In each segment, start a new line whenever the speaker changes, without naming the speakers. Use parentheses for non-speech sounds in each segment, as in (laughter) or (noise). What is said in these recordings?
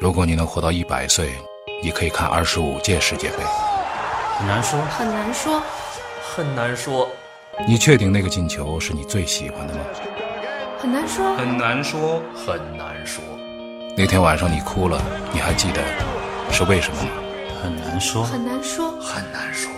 如果你能活到一百岁，你可以看二十五届世界杯。
很难说，
很难说，
很难说，
你确定那个进球是你最喜欢的吗？
很难说，
很难说，很难说，
那天晚上你哭了，你还记得是为什么吗？
很难说，
很难说。
很难说。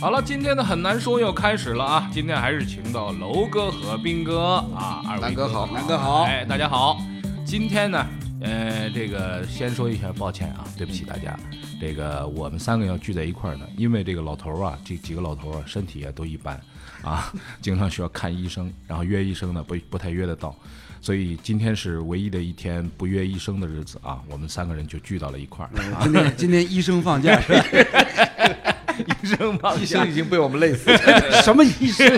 好了，今天的很难说又开始了啊！今天还是请到楼哥和斌哥啊，二位
南哥好，南
哥好，哎，大家好。今天呢，呃，这个先说一下抱歉啊，对不起大家。这个我们三个要聚在一块儿呢，因为这个老头儿啊，这几个老头儿啊，身体啊都一般啊， (laughs) 经常需要看医生，然后约医生呢不不太约得到，所以今天是唯一的一天不约医生的日子啊，我们三个人就聚到了一块儿。
今天今天医生放假，是吧
(laughs) 医生吧，
医生已经被我们累死了。 (laughs) 什么医生？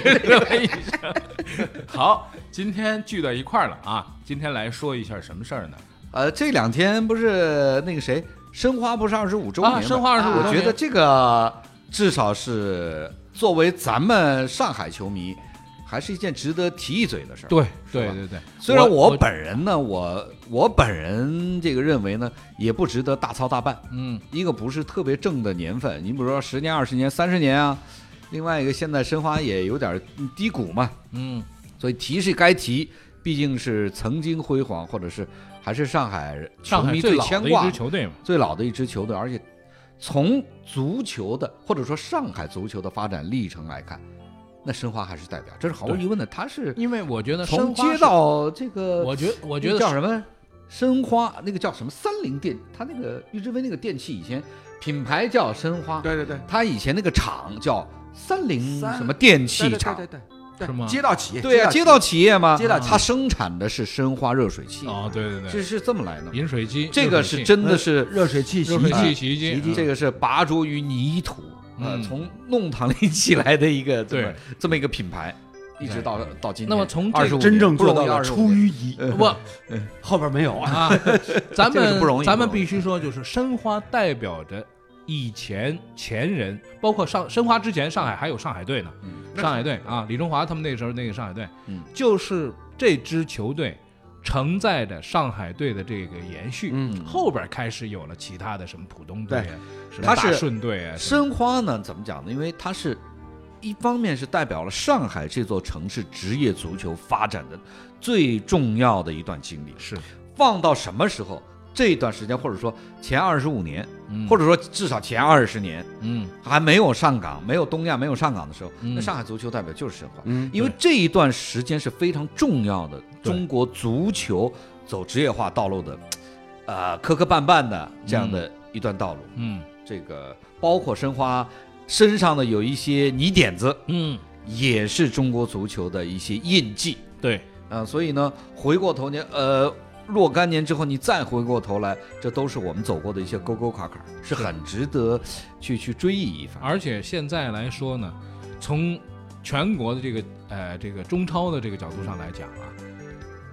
好，今天聚到一块儿了啊！今天来说一下什么事儿呢？
呃，这两天不是那个谁，申花不是二十五周
啊
年吗？
申花25周年
我觉得这个至少是作为咱们上海球迷，还是一件值得提一嘴的事儿。
对
是
对
吧
对对，
虽然
我
我本人呢，我我本人这个认为呢，也不值得大操大办。
嗯，
一个不是特别正的年份，你比如说十年、二十年、三十年啊，另外一个现在申花也有点低谷嘛，
嗯，
所以提是该提，毕竟是曾经辉煌，或者是还是上海球
上海
迷
最
最
老
牵
的一
挂
支、球队嘛，
最老的一支球队，而且从足球的或者说上海足球的发展历程来看，那申花还是代表，这是毫无
对
疑问的，他是
因为我觉得嗯
从
申花
街
是，
道这个，
我觉我觉
那
得
叫
是
什么？申花那个叫什么三菱电，它那个预制杯那个电器以前品牌叫申花，
对对对，
它以前那个厂叫三菱
三
什么电器
对对
厂，
对对对，
是吗
街道企业，
对啊，街
街
道
企
企业嘛，
街道企业
它生产的是申花热水器，
哦，对对
这
对，
是这么来的嘛。
饮水机
这个是真的是
热水器、洗
热水
衣机
器、洗衣机，
这个是拔擢于泥土，呃
嗯，
从弄堂里起来的一个这么
对
这么一个品牌，一直到到今天。
那么从这
二十五
真正做到了出
出
淤泥，
(laughs)
不
后边没有啊。
啊，咱
这个
们
是不容易
咱们
不容易
必须说，就是申花代表着以前前人，包括上申花之前，上海还有上海队呢，上海队啊，李中华他们那时候那个上海队，
嗯
就是这支球队承载着上海队的这个延续，
嗯
后边开始有了其他的什么浦东队啊，什么
它
大
是
顺队啊，什么
申花呢，怎么讲呢？因为它是一方面是代表了上海这座城市职业足球发展的最重要的一段经历。
是，
放到什么时候？这段时间，或者说前二十五年，
嗯
或者说至少前二十年，
嗯
还没有上港，没有东亚，没有上港的时候，
嗯
那上海足球代表就是申花，
嗯
因为
对
这一段时间是非常重要的，
对
中国足球走职业化道路的，呃，磕磕绊绊的这样的一段道路。
嗯
这个包括申花身上的有一些泥点子，
嗯，
也是中国足球的一些印记
对，
啊、所以呢，回过头年，呃，若干年之后，你再回过头来，这都是我们走过的一些沟沟坎坎，是很值得去去追忆一番。
而且现在来说呢，从全国的这个呃这个中超的这个角度上来讲啊，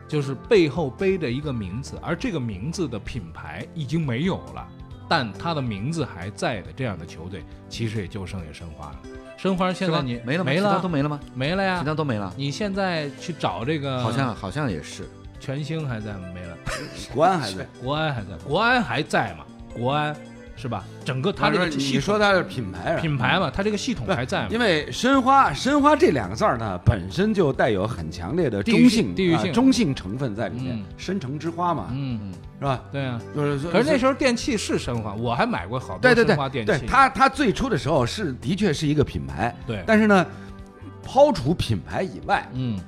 就是背后背着一个名字，而这个名字的品牌已经没有了，但它的名字还在的这样的球队，其实也就剩下申花了。申花现
是吧
在你
没了吗
没
其他
了
都
啊
没了吗？
没了呀
其他，都没了，
你现在去找这个
好像好像也是。
全兴还在吗？没了，
国安还在，
国安还在，国安还在吗？国安是吧？整个它这
说
个
你
系
说
统
它是品牌啊，
品牌
嗯
嘛，它这个系统
不是
还在嘛？
因为申花，申花这两个字儿呢，本身就带有很强烈的
地域性
中性、
地域
啊
性
中性成分在里面
嗯，
深城之花嘛，
嗯，
是吧？
对啊。
就是说，
可是那
是
时候电器是申花，我还买过好多
对对
申
对
花电器。
对它它最初的时候是的确是一个品牌，
对
但是呢，抛除品牌以外，
嗯，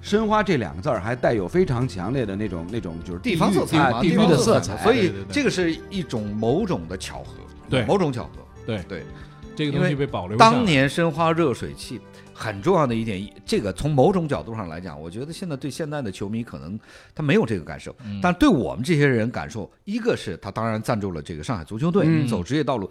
申花这两个字儿还带有非常强烈的那种那种就是
地方
域
色彩
啊
嘛，
地域
方
的
色
色
彩
彩。
所
对
以
对对
这个是一种某种的巧合，
对
某种巧合，
对
对。
这个东西被保留下来
当年申花热水器很重要的一点，这个从某种角度上来讲，我觉得现在对现在的球迷可能他没有这个感受，
嗯
但对我们这些人感受，一个是他当然赞助了这个上海足球队、
嗯
走职业道路，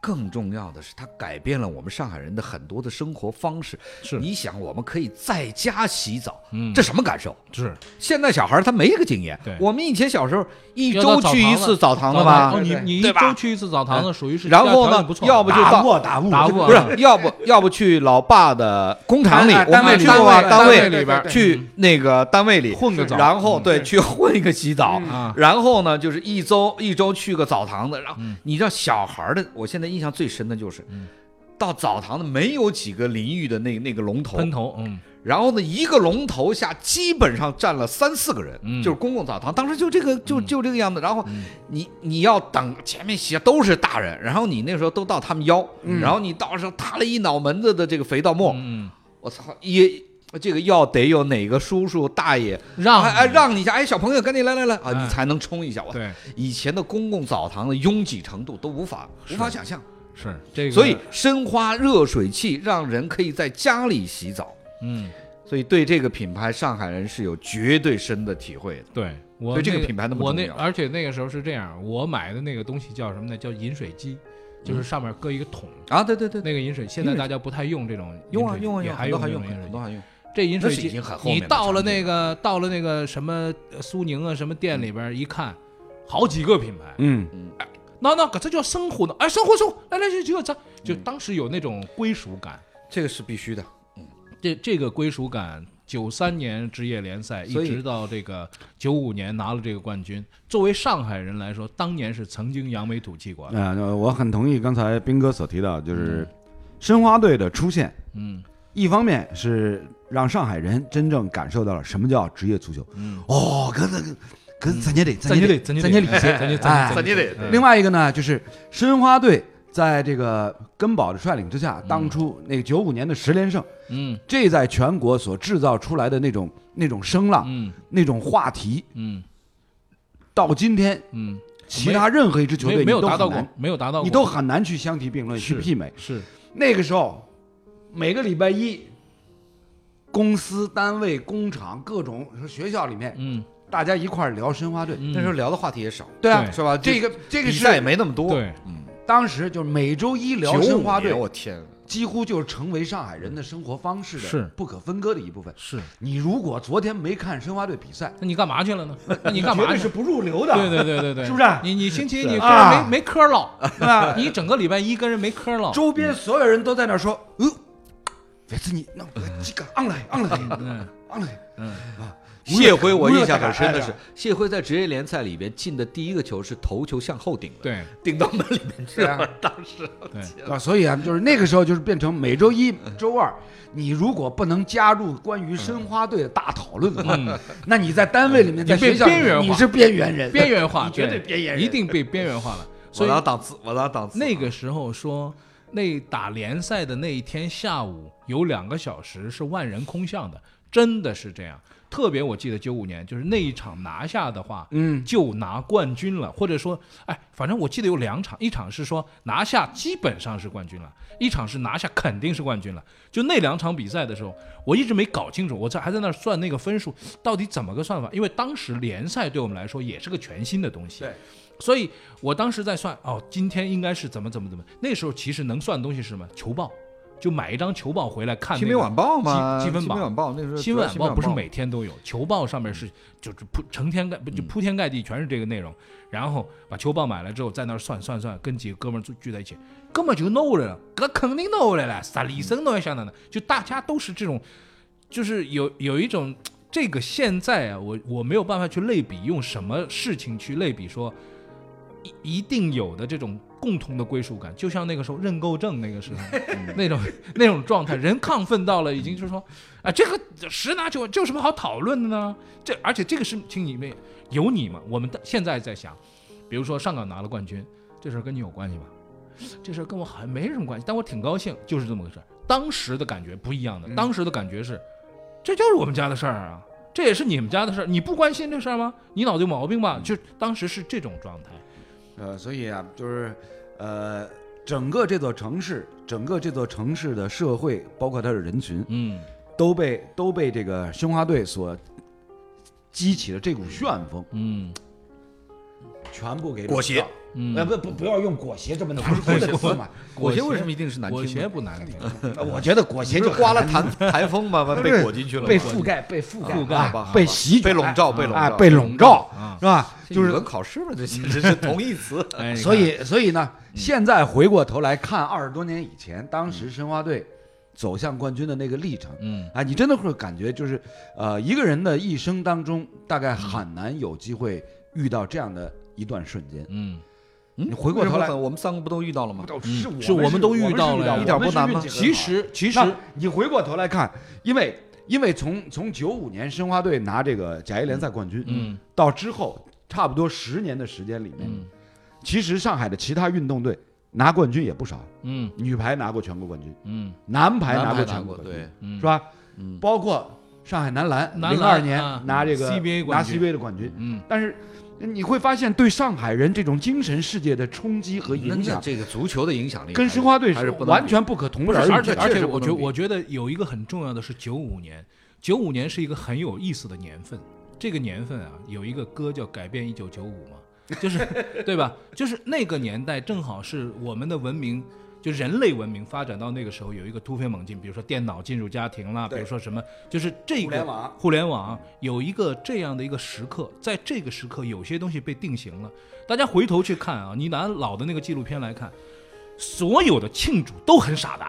更重要的是，它改变了我们上海人的很多的生活方式。
是
你想，我们可以在家洗澡，
嗯
这什么感受？
是
现在小孩儿他没这个经验
对。
我们以前小时候一
要到
周去一次澡堂的吧
哦，，你
对
你一
对吧
周去一次澡堂子，属于是
然后
家条
呢
件不错，
要不就
打
到
磨打磨
打啊
这个
我
不是，要不要不去老爸的工厂里，
啊哎哎
我们
单位
去过
里
啊
单
单
位
位
里边嗯
边去那个单位里
混个澡
然后对去混一个洗澡
嗯
啊，
然后呢就是一周一周去个澡堂子，然后
嗯
你知道小孩儿的，我现在印象最深的就是。到澡堂的没有几个淋浴的那那个龙头，
喷头，嗯，
然后呢，一个龙头下基本上站了三四个人，
嗯
就是公共澡堂，当时就这个就就这个样子。然后你你要等前面洗都是大人，然后你那时候都到他们腰，然后你到时候塌了一脑门子的这个肥皂沫，
嗯，
我操也。这个要得有哪个叔叔大爷
让
哎哎让你一下，哎小朋友赶紧来来来啊，
啊哎
你才能冲一下。我
对，
以前的公共澡堂的拥挤程度都无法无法想象，
是这个，
所以深花热水器让人可以在家里洗澡。
嗯，
所以对这个品牌，上海人是有绝对深的体会的。
对我
所以这个
那
品牌那么
我
重
那
要
而且那个时候是这样，我买的那个东西叫什么呢？叫饮水机，
嗯
就是上面搁一个桶。
啊，对对对，
那个饮水，现在大家不太用这种
用啊
饮水
用啊
也
用啊，
还
很多
这
还
种
用，
饮水
很多还用。
这饮水
那是已
机
经很后面
你
的
到了
场景
那个到了那个什么呃苏宁啊什么店里边一看，好几个品牌，
嗯，
那那可这叫生活呢？哎，生活生活，来来去去，咱就
嗯
当时有那种归属感，
这个是必须的，
这这个归属感，九三年职业联赛一
所以
直到这个九五年拿了这个冠军，作为上海人来说，当年是曾经扬眉吐气过的，
啊、呃，我很同意刚才斌哥所提到，就是申花队的出现，
嗯，
一方面是让上海人真正感受到了什么叫职业足球，
嗯
哦，跟那个跟咱也得咱也得
咱
咱
也
也
得，
得。
咱也得，
哎
咱也得，嗯
另外一个呢，就是申花队在这个根宝的率领之下，当初那个九五年的十连胜，
嗯
这在全国所制造出来的那种那种声浪、
嗯
那种话题，
嗯
到今天
嗯，
其他任何一支球
没
队
没有
你都
达到
很难
过，没有达到过，
你都很难去相提并论、
是
去媲美。
是
那个时候，每个礼拜一，公司、单位、工厂、各种学校里面，
嗯，
大家一块儿聊申花队。
嗯
那时候聊的话题也少，
对啊，
对
是吧？
这个这个
比赛也
是
没那么多。
对，
当时就是每周一聊
95
申花队
年，我天，
几乎就成为上海人的生活方式
是
的不可分割的一部分。
是。
你如果昨天没看申花队比赛，
那你干嘛去了
(laughs)
呢？那你干
绝
嘛
对
去
是？不入流的。
对对对对对，
是不是
你你星期一你
是
跟人
啊
没没嗑
(laughs)
唠，
对吧？
你整个礼拜一跟人没嗑唠，
周边所有人都在那说，呃，别子你弄几个昂来昂来
嗯
昂来，
嗯
啊，
谢辉我印象很深的
哎
是
呀，
谢辉在职业联赛里边进的第一个球是头球向后顶的，，
对
顶到门里面去
对啊 (laughs)
了。当时
对，
啊，所以啊，就是那个时候就是变成每周一、周二，你如果不能加入关于申花队的大讨论的话，
嗯
那你在单位里面、
你
在
被
学校里
边缘化
嗯你是边缘人，
边缘化，
(laughs) 你绝对边缘人，
一定被边缘
(laughs)
化了。所
我
以
拿档次，我拿档次。
那个时候说，那打联赛的那一天下午有两个小时是万人空巷的，真的是这样。特别我记得九五年，就是那一场拿下的话，
嗯
就拿冠军了，或者说，哎，反正我记得有两场，一场是说拿下基本上是冠军了，一场是拿下肯定是冠军了。就那两场比赛的时候，我一直没搞清楚，我在还在那儿算那个分数到底怎么个算法，因为当时联赛对我们来说也是个全新的东西，
对，
所以我当时在算，哦，今天应该是怎么怎么怎么，那时候其实能算的东西是什么？球报，就买一张球报回来看、那个。
新民晚报嘛，
积积分
新民
榜
晚。报那时候
新闻晚
主要
报不嗯是每天都有，球报上面是就是铺成天盖不就铺天盖地全是这个内容，然后把球报买了之后，在那儿算算算，跟几个哥们儿聚聚在一起，根本就弄过来了，搿肯定弄过来了，啥李生都要相当的，就大家都是这种，就是有有一种这个现在啊，我我没有办法去类比，用什么事情去类比说一一定有的这种共同的归属感，就像那个时候认购证那个 (laughs) 时候那种那种状态，人亢奋到了已经就是说啊，这个十拿九稳，这有什么好讨论的呢？这而且这个事情里面有你吗？我们的现在在想，比如说上港拿了冠军，这事儿跟你有关系吗？这事儿跟我好像没什么关系，但我挺高兴，就是这么个事儿。当时的感觉不一样
嗯
的，当时的感觉是，这就是我们家的事儿啊，这也是你们家的事儿，你不关心这事儿吗？你脑子有毛病
嗯
吧？就当时是这种状态。
呃，所以啊，就是呃，整个这座城市，整个这座城市的社会，包括它的人群，
嗯，
都被都被这个申花队所激起了这股旋风。
嗯，
全部给
裹挟
裸照，
嗯
呃，不不不要用裹挟这么难听的词嘛，
(laughs)
呃
裹挟为什么一定是难听
裹
的？
挟不难
(laughs)
听，
我觉得裹挟
不
就是
刮了台台风吗？完被裹进去了吗，
被覆盖、被覆盖、
覆盖
啊
吧
被席卷、
被笼罩被笼罩
啊被笼罩
啊，
是吧？
就
就是是
文考试嘛，嗯这些这是同义
(laughs)
词。
哎，你
所
看
嗯
以，所以呢，现在回过头来看二十多年以前，当时申花队走向冠军的那个历程，
嗯，
啊，你真的会感觉就是，呃，一个人的一生当中，大概很难有机会遇到这样的一段瞬间。
嗯，
嗯，
回过头来
为什么我们三个不都遇到了吗？
是
是我们都遇到了呀
我们是
一点不难吗
我们是
其
运气很好
实其实
那你回过头来看，因为因为从从九五年申花队拿这个甲 A 联赛冠军，
嗯，
到之后差不多十年的时间里面，
嗯
其实上海的其他运动队拿冠军也不少，
嗯
女排拿过全国冠军，
嗯
男排
拿
拿
过
过
全
全
国，
国冠军，
对，
嗯，
是？吧？
嗯，
包括上海男篮
男
零
篮
二年
啊
拿这个
CBA 冠
拿
军
CBA 的冠军，
嗯，
但是你会发现对上海人这种精神世界的冲击和
那
影
那
响，
这个足球的影响力
跟申花队
还是不能比
完全不可同
不
日
是，
而
而
语
且
的。
而且
确实不
我
能
觉
比
我觉得有一个很重要的是九五年，九五年是一个很有意思的年份。这个年份啊，有一个歌叫《改变一九九五》嘛，就是 (laughs) 对吧？就是那个年代正好是我们的文明。就人类文明发展到那个时候，有一个突飞猛进，比如说电脑进入家庭啦，比
对
如说什么，就是这个
互联网
互联网有一个这样的一个时刻，在这个时刻，有些东西被定型了。大家回头去看啊，你拿老的那个纪录片来看，所有的庆祝都很傻的，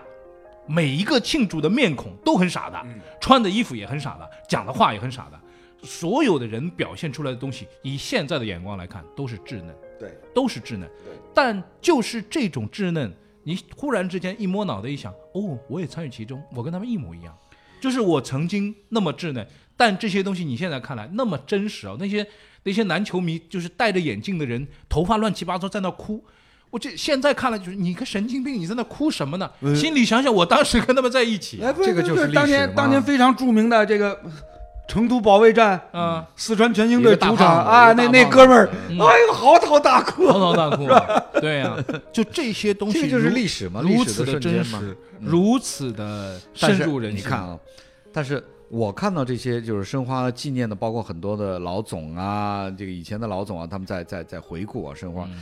每一个庆祝的面孔都很傻的，穿的衣服也很傻的，讲的话也很傻的。所有的人表现出来的东西，以现在的眼光来看，都是稚嫩，
对，
都是稚嫩。但就是这种稚嫩，你忽然之间一摸脑袋一想，哦，我也参与其中，我跟他们一模一样，就是我曾经那么稚嫩，但这些东西你现在看来那么真实啊、那些那些男球迷就是戴着眼镜的人，头发乱七八糟在那哭。我这现在看来就是你个神经病，你在那哭什么呢？
嗯
心里想想，我当时跟他们在一起，啊、
哎，不
这个
不
就是是
当
历史
年
嘛啊
当年非常著名的这个成都保卫战，
啊
四川全兴
一
队
个大
主
胖
场
子
啊，
一个
那
大
那
胖
哥们儿，
嗯
哎呦，嚎啕大哭。
嚎啕大哭啊，对呀、就这些东西
(laughs) 这
如，
个就是历史嘛，历
如
史
此
的
的
瞬
真
间嘛。
实，如此的
但
深
是
入人
你
心。
看啊，但是我看到这些就是申花纪念的，包括很多的老总啊，这个以前的老总啊，他们在在在回顾啊申花。
嗯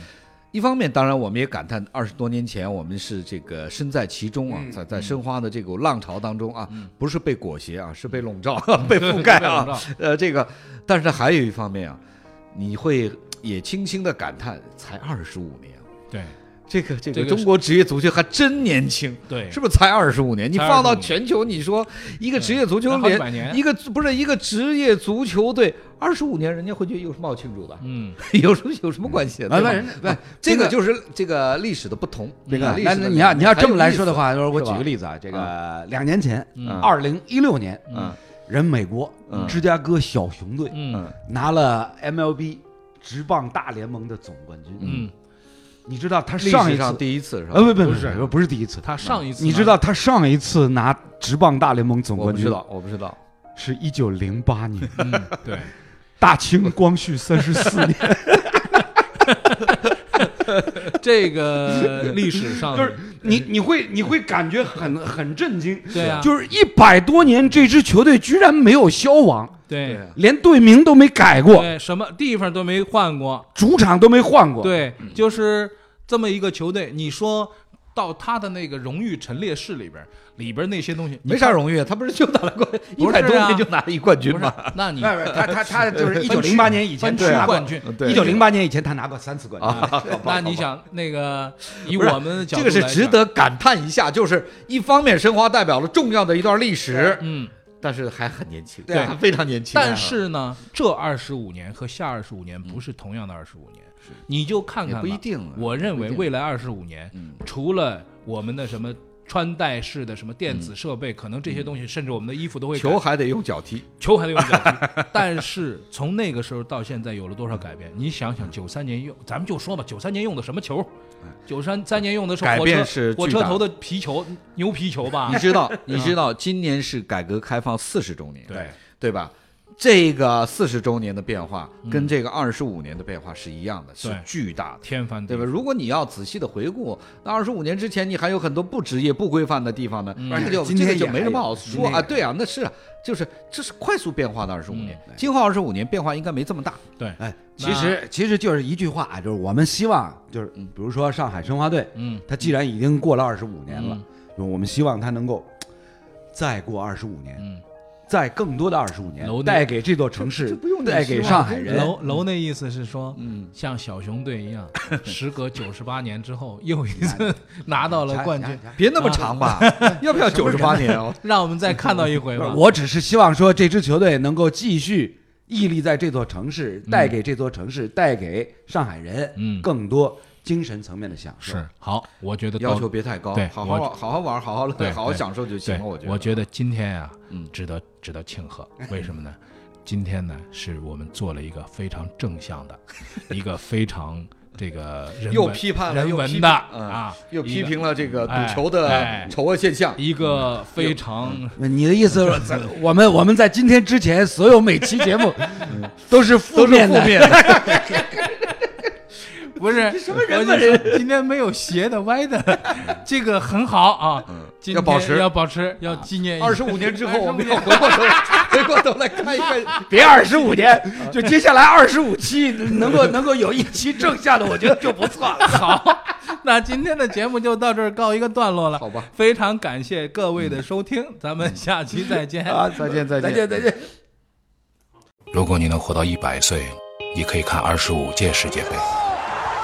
一方面，当然我们也感叹，二十多年前我们是这个身在其中
嗯
啊，在在申花的这个浪潮当中啊，不是被裹挟啊，是被笼罩、被覆盖
嗯 (laughs) 被笼
啊
罩。
呃，这个，但是还有一方面啊，你会也轻轻的感叹，才二十五年啊。
对
这个这
这
个
个
中
是
国职业足球还真年轻，
对，
是不是才二十五年？你
才
放到
25年
全球，你说一个职业足球
那好几百
联，
年
一个不是一个职业足球队，二十五年，人家会觉得有什么好庆祝的？
嗯，
(laughs) 有什么有什么关系？
来
对吧
来，嗯啊人家来，
这
这
个
个
就是这个历史的不同。
这
啊
个，
历
那
史的
你要
不同
你要这么
还
来
有意
说的
思，
话，就是我举
吧
个例子啊，这个两年前，
嗯
二零一六年，
嗯，
人美国
嗯
芝加哥小熊队
嗯
拿了 MLB 职棒大联盟的总冠军。
嗯，
你知道他
历
上一
史上
次，
第一次嗯是吧？
呃，不不
不
不
是
是不是第一次，
他上一次
你知道他上一次拿职棒大联盟总
我
冠
不
军
知道，我不知道。
是一九零八年，
嗯，对，
大清光绪三十四年，
这个历史 (laughs) 上
就是你你会你会感觉很很震惊，
对啊
就是一百多年这支球队居然没有消亡，
对
连队名都没改过，
对，什么地方都没换过，
主场都没换过，，
对，
嗯
就是这么一个球队。你说到他的那个荣誉陈列室里边儿，里边儿那些东西
没啥荣誉，他不是就拿了冠，一
不是
百
啊
多年就拿了一冠军
不是
吗？？
那
(laughs)
你
不是啊他他他就是一九零八年以前啊
分区
他拿过
冠，军，
对
一九零八年以前他拿过三次冠军，
啊，
那你想那个以
不是
我们的角度
这个是
来
值
讲，
得感叹一下，就是一方面申花代表了重要的一段历史，
嗯。
但是还很年轻，
对
还非常年轻啊。
但是呢，这二十五年和下二十五年不是同样的二十五年，你就看看
嗯也
吧
不一定啊
我认为未来二十五年，
嗯
除了我们的什么穿戴式的什么电子设备，可能这些东西，甚至我们的衣服都会改
球还得用脚踢，
球还得用脚踢，但是从那个时候到现在有了多少改
(laughs)
变？你想想，九三年用，咱们就说吧，九三年用的什么球？九三三年用的是
嗯改
火
变
车
是
火
巨
车
大
头的皮球，牛皮球吧
(laughs)
(laughs)
你？知道，你知道，今年是改革开放四十周年，
对
对吧？这个四十周年的变化跟这个二十五年的变化是一样的，
嗯
是
对
巨大的。
天翻
对
地
吧？
覆
如果你要仔细的回顾，那二十五年之前你还有很多不职业、不规范的地方呢，
嗯
这个就
今
这
天
个就
也
没什么
还有
好
今
说
天
啊。
也
对啊，那是啊就是这是快速变化的二十五年，今后二十五年变化应该没这么大。
对，
哎，
那
其实其实就是一句话啊，就是我们希望，就是比如说上海申花队，
嗯，
它既然已经过了二十五年了，就我们希望它能够再过二十五年，
嗯，
再更多的二十五年
楼，内
带给这座城市，带给上海人。
楼楼那意思是说，
嗯
像小熊队一
(laughs)
样，时隔九十八年之后又一次 (laughs) 拿到了冠军，
别那么长吧， (laughs) 要不要九十八年啊？
(laughs)
让我们再看到一回
不是
(laughs)
吧。
我只是希望说这支球队能够继续屹立在这座城市，带给这座城市，带给上海人，
嗯
更多精神层面的享受。
是好，我觉得到
要求别太高
对，
好好
我
玩好好玩，好好
对
乐，好好
对
享受就行
对，
了。
我
觉得，我
觉得今天啊，
嗯
值得值得庆贺。为什么呢？今天呢，是我们做了一个非常正向
(laughs)
的，一个非常这个人
又
文
批判了
人
又批
文的
判嗯
啊，
又批
一个
评了这个
哎
赌球的
哎
丑恶现象。
一个非常
那你的
(laughs)
意思是，咱我们我们在今天之前，所有每期节目
嗯
都是负面的，
的，
不
(laughs)
是什么人吧？这今天没有斜的歪的，这个很好啊。今
嗯要保
天
持
要保持，要纪
哎
念
二十五年之后，我们要
要
回过头， (laughs) 回过头来看一啊看。
(laughs) 别二十五年，就接下来二十五期能够能够有一期正向的，我觉得就不错
(laughs)
了。
好。 (laughs) 那今天的节目就到这儿告一个段落了，
好吧？
非常感谢各位的收听，咱们下期再见。
啊，
再见再见
再见再见。
如果你能活到一百岁，你可以看二十五届世界杯。